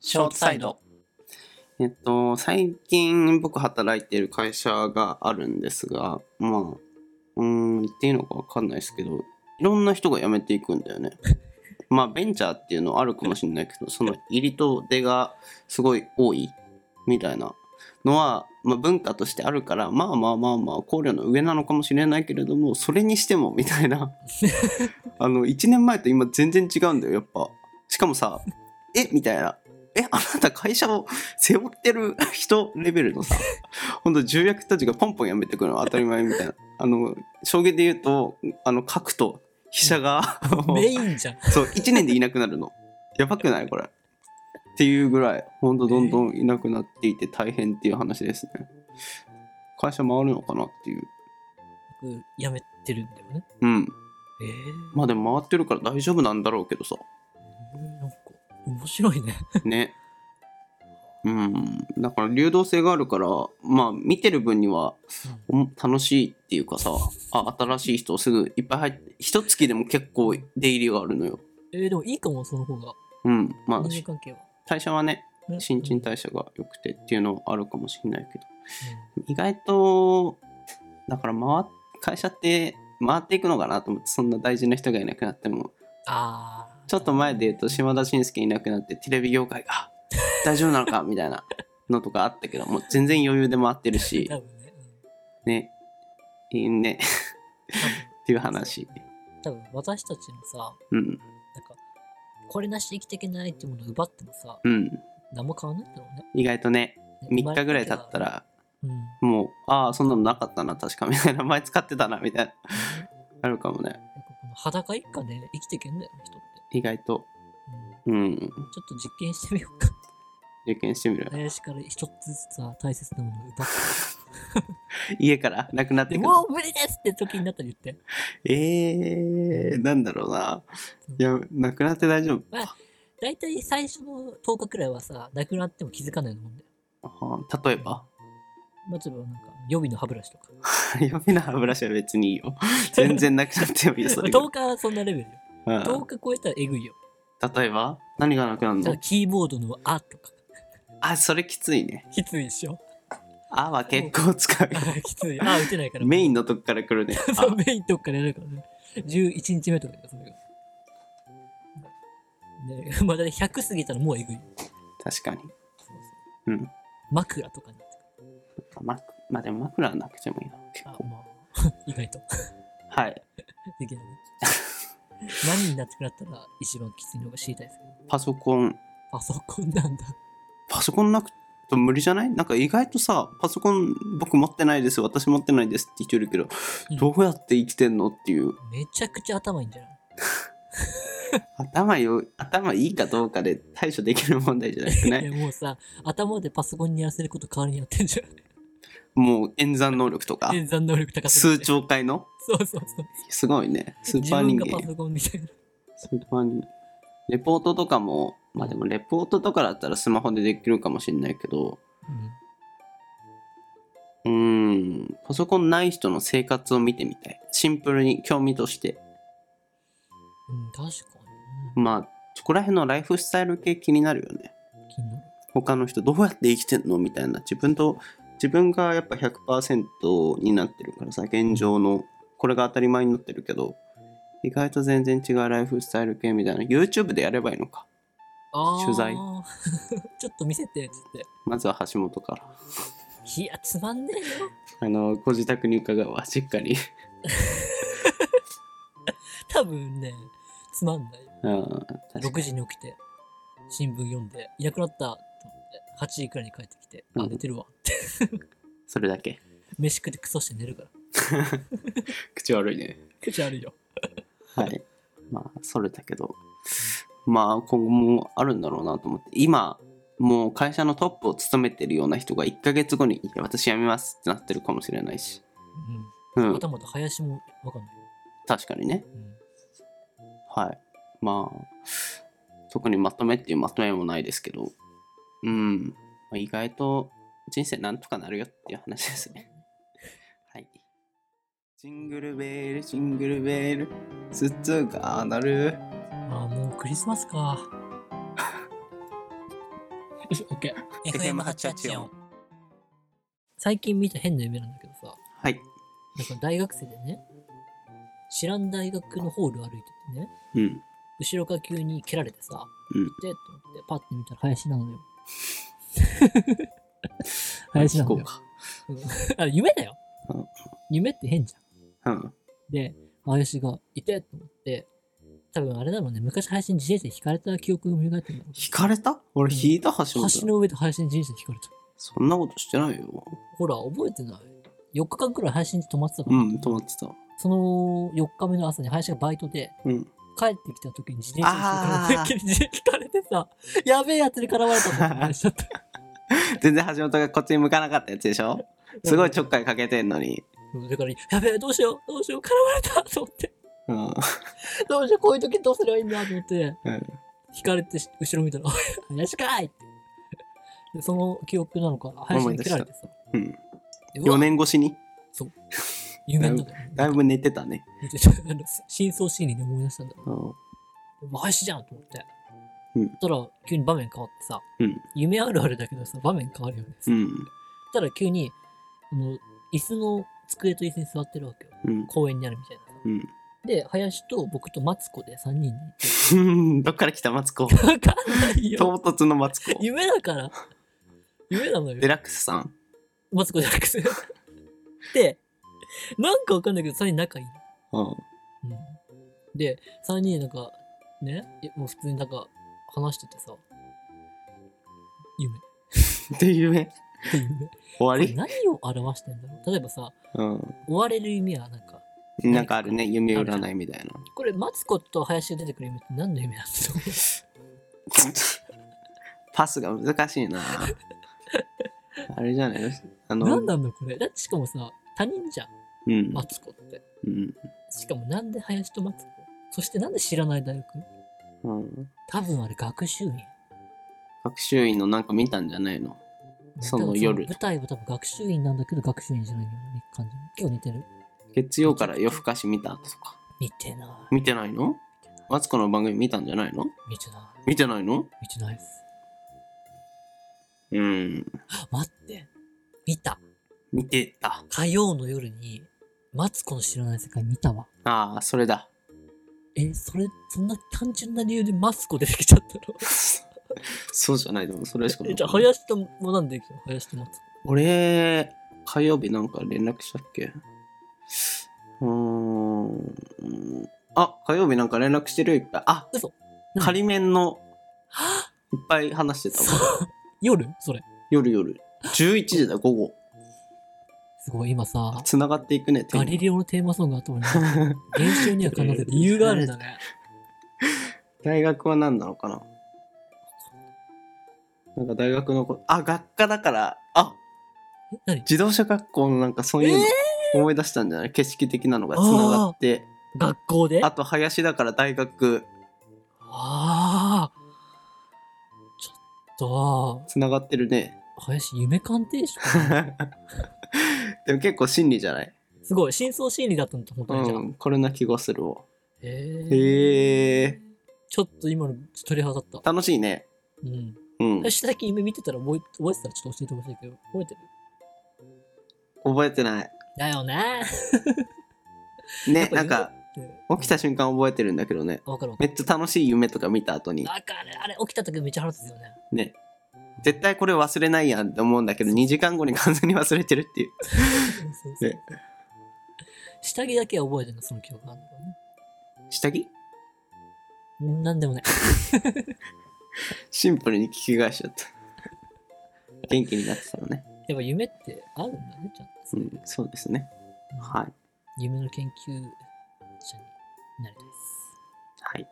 ショートサイド。えっと、最近僕働いてる会社があるんですが、まあ、うーん、言っていいのかわかんないですけど、いろんな人が辞めていくんだよ ね。まあ、ベンチャーっていうのはあるかもしれないけど、その入りと出がすごい多いみたいなのは、まあ、文化としてあるから、まあまあまあまあ、考慮の上なのかもしれないけれども、それにしてもみたいな、あの、1年前と今全然違うんだよ、やっぱ。しかもさ、えみたいな。え、あなた会社を背負ってる人レベルのさほんと重役たちがポンポンやめてくるのは当たり前みたいなあの証言で言うとあの書くと飛車が メインじゃん。そう1年でいなくなるのやばくないこれっていうぐらいほんとどんどんいなくなっていて大変っていう話ですね会社回るのかなっていう僕、やめてるんだよね。うんええまあでも回ってるから大丈夫なんだろうけど さなんか、面白いね。 ね。うん、だから流動性があるからまあ見てる分にはおも楽しいっていうかさあ新しい人すぐいっぱい入って一月でも結構出入りがあるのよえー、でもいいかも、その方が。うんまあ人間関係は。代謝はねね新陳代謝が良くてっていうのはあるかもしれないけど意外とだから回っ会社って回っていくのかなと思ってそんな大事な人がいなくなってもああ。ちょっと前で言うと島田紳介いなくなってテレビ業界が大丈夫なのかみたいなのとかあったけどもう全然余裕で回ってる し多分ね。うんねいいねっていう話多分、多分私たちのさ、うんなんか、これなしで生きていけないってものを奪ってもさ、うん何も変わんないんだろうね。意外とねね3日ぐらい経った。ら生まれ時はもうああそんなのなかったな確かみたいな前使ってたなみたいなうん。あるかもねなんかこの裸一家で生きていけんだよね、人って。意外とうんうんちょっと実験してみよう か。受験してみる林から一つずつさ、大切なものを奪っ家からなくなってて。くるもう無理ですって時になったら言って。えー、なんだろうないやなくなって大丈夫大体最初の10日くらいはさ、なくなっても気づかないようなもんだよ。あー例えば まあ、例えばなんか、予備の歯ブラシとか。予備の歯ブラシは別にいいよ。全然なくなってもいいよ、それが。 10日はそんなレベルよ。うん10日超えたらえぐいよ。例えば何がなくなるだからのキーボードのあとか。あ、それきついね。きついでしょ。 あは結構使う。あきつい。あ打てないから。メインのとこから来るね。 そう、メインとこからやるからね。11日目とかだよ、それが。ね、まあ、だって100過ぎたらもうえぐい。あ確かに。そうそううん。枕とかに。ま、まあ、でも枕はなくてもいいな。結あ構。まあ、 意外と。はい。できない。 何になってくなったら一番きついのが知りたいですけど。パソコン。パソコンなんだ。パソコンなくと無理じゃないなんか意外とさ、パソコン僕持ってないです、私持ってないですって人いるけどうん、どうやって生きてんのっていう。めちゃくちゃ頭いいんじゃない頭よ、頭いいかどうかで対処できる問題じゃなくないいや もうさ、頭でパソコンにやらせること代わりにやってんじもう演算能力とゃかん。、演算能力高すぎ数て。兆回のそうそうそう。すごいね。スー自パー分人が間パ。ソコンみたいな。スーパー人間。レポートとかも、まあでもレポートとかだったらスマホでできるかもしれないけど、ううーんん、パソコンない人の生活を見てみたい。シンプルに興味として。うん、確かに。まあ、そこら辺のライフスタイル系気になるよね。気になる。他の人どうやって生きてんのみたいな。自分と、自分がやっぱ100%になってるからさ、現状の、これが当たり前になってるけど、意外と全然違うライフスタイル系みたいな。YouTube でやればいいのか。あー取材 ちょっと見せて、つって。まずは橋本から。いや、つまんねえよ。あの、ご自宅に伺うわ、しっかり。多分ね、つまんないよ。うん、確か6時に起きて、新聞読んで、いなくなったと思って、8時くらいに帰ってきて、うあ、ん寝てるわ。それだけ。飯食ってクソして寝るから。口悪いね。口悪いよ。はい。まあ、それだけど、まあ、今後もあるんだろうなと思って、今、もう会社のトップを務めてるような人が1ヶ月後に、いや私辞めますってなってるかもしれないし。ううん。まん、たまた林もわかんない。確かにね。うんはい。まあ、特にまとめっていうまとめもないですけど、うん、まあ、意外と人生なんとかなるよっていう話ですね。 はい。ジングルベール、ジングルベール、筒が鳴る。 ああ、もうクリスマスか。 OK。 FM884 FM884。最近見た変な夢なんだけどさ、はい。なんか大学生でね、知らん大学のホール歩いててね、うん。後ろから急に蹴られてさ、うんで、と思って、パッて見たら林な のよ。林なの聞こよう。か。あ、夢だようん。夢って変じゃん。うん。で、林がいてと思って、多分あれだろうね、昔林に自転車引かれた記憶が蘇ってるんだろう引かれた俺引いた橋本。橋の上で林に自転車引かれた。そんなことしてないよ。ほら、覚えてない ?4 日間くらい林に泊まってたかうら、ん、止まってた。その4日目の朝に林がバイトで、うん。帰ってきた時に自転車に引かれて、自転車引かれてさ、やべえやつに絡まれたもん話しちゃった。全然橋本がこっちに向かなかったやつでしょ すごいちょっかいかけてんのに。うんだから、やべえ、どうしよう、どうしよう、絡まれたと思って、うん。どうしよう、こういう時どうすればいいんだと思って、うん引かれてし後ろ見たら、 おい怪しかいって。でその記憶なのか、林思いに出蹴しらたれてさ、うん。でうわ4年越しに。夢の中で だいぶ寝てたね。見てたあの真相心理で思い出したんだろううん。でも林じゃんと思って。うんそしたら、急に場面変わってさ、うん夢あるあるだけどさ、場面変わるよね。うそしん。たら急に、あの、椅子の机と椅子に座ってるわけよ。うん。公園にあるみたいな。で、林と僕とマツコで3人で行って。うん。 どっから来たマツコ。 わかんないよ。唐突のマツコ。夢だから。夢なのデよ。ラックスさん。マツコじゃなくて。 で、なんかわかんないけど、3人仲いいの。うん。うん、で3人なんかねいやもう普通になんか話しててさ夢っていうね。夢終わこれり何を表してんだろう例えばさう追われる夢はなんかん。なんかあるね。夢占いみたいな。これマツコと林が出てくる夢って何の夢なんだろうパスが難しいな。あれじゃないあの何、なんだこれだってしかもさ他人じゃんうん。マツコってうん。しかもなんで林とマツコそしてなんで知らない大学うん。多分あれ学習院学習院のなんか見たんじゃないのその夜多分舞台は多分学習院なんだけど学習院じゃないような感じ今日似てる月曜から夜更かし見た後とか。見てない見てないのマツコの番組見たんじゃないの見てない見てないの見てないですうん。待って見た見てた。火曜の夜にマツコの知らない世界見たわああ、それだ。えそれそんな単純な理由でマツコ出てきちゃった のそうじゃないでもそれしかなえいじゃあ。林ともなんできたの林とマツコ俺、火曜日なんか連絡したっけうーん。あ、火曜日なんか連絡してるよいっぱい。あ、嘘何仮面のはいっぱい話してたそわ。う夜それ夜夜。11時だ、午後。すごい今さ繋がっていくね、ガリレオのテーマソング 頭に練習には必ず理由があるんだね大学は何なのかななんか大学のこあ、学科だから、あ、え何自動車学校のなんかそういうのえ思い出したんじゃない、景色的なのが繋がって。学校であと、林だから大学ああちょっ繋がってる ね。と林夢鑑定士かでも結構真理じゃない、すごい真相心理だったんだ本当にじゃあ、うん、これな気がするわ。へへええ。ちょっと今の鳥肌立った。楽しいね。うん。うん。私最近夢見てたら覚え覚えてたらちょっと教えてほしいけど、覚えてる覚えてない。だよねね、なんか、ー。起きた瞬間覚えてるんだけどね。わかるわかめっちゃ楽しい夢とか見た後にる。、わかる。あれ起きた時めっちゃ腹立つよ ね。ね。絶対これ忘れないやんって思うんだけど、2時間後に完全に忘れてるっていう。そうそうそうね下着だけは覚えてるの、その記憶があるのか下着ね。うんなんでもない。シンプルに聞き返しちゃった。元気になってたのね。やっぱ夢ってあるんだね、ちゃんと。うん、そうですね。はい。夢の研究者になりたいです。はい。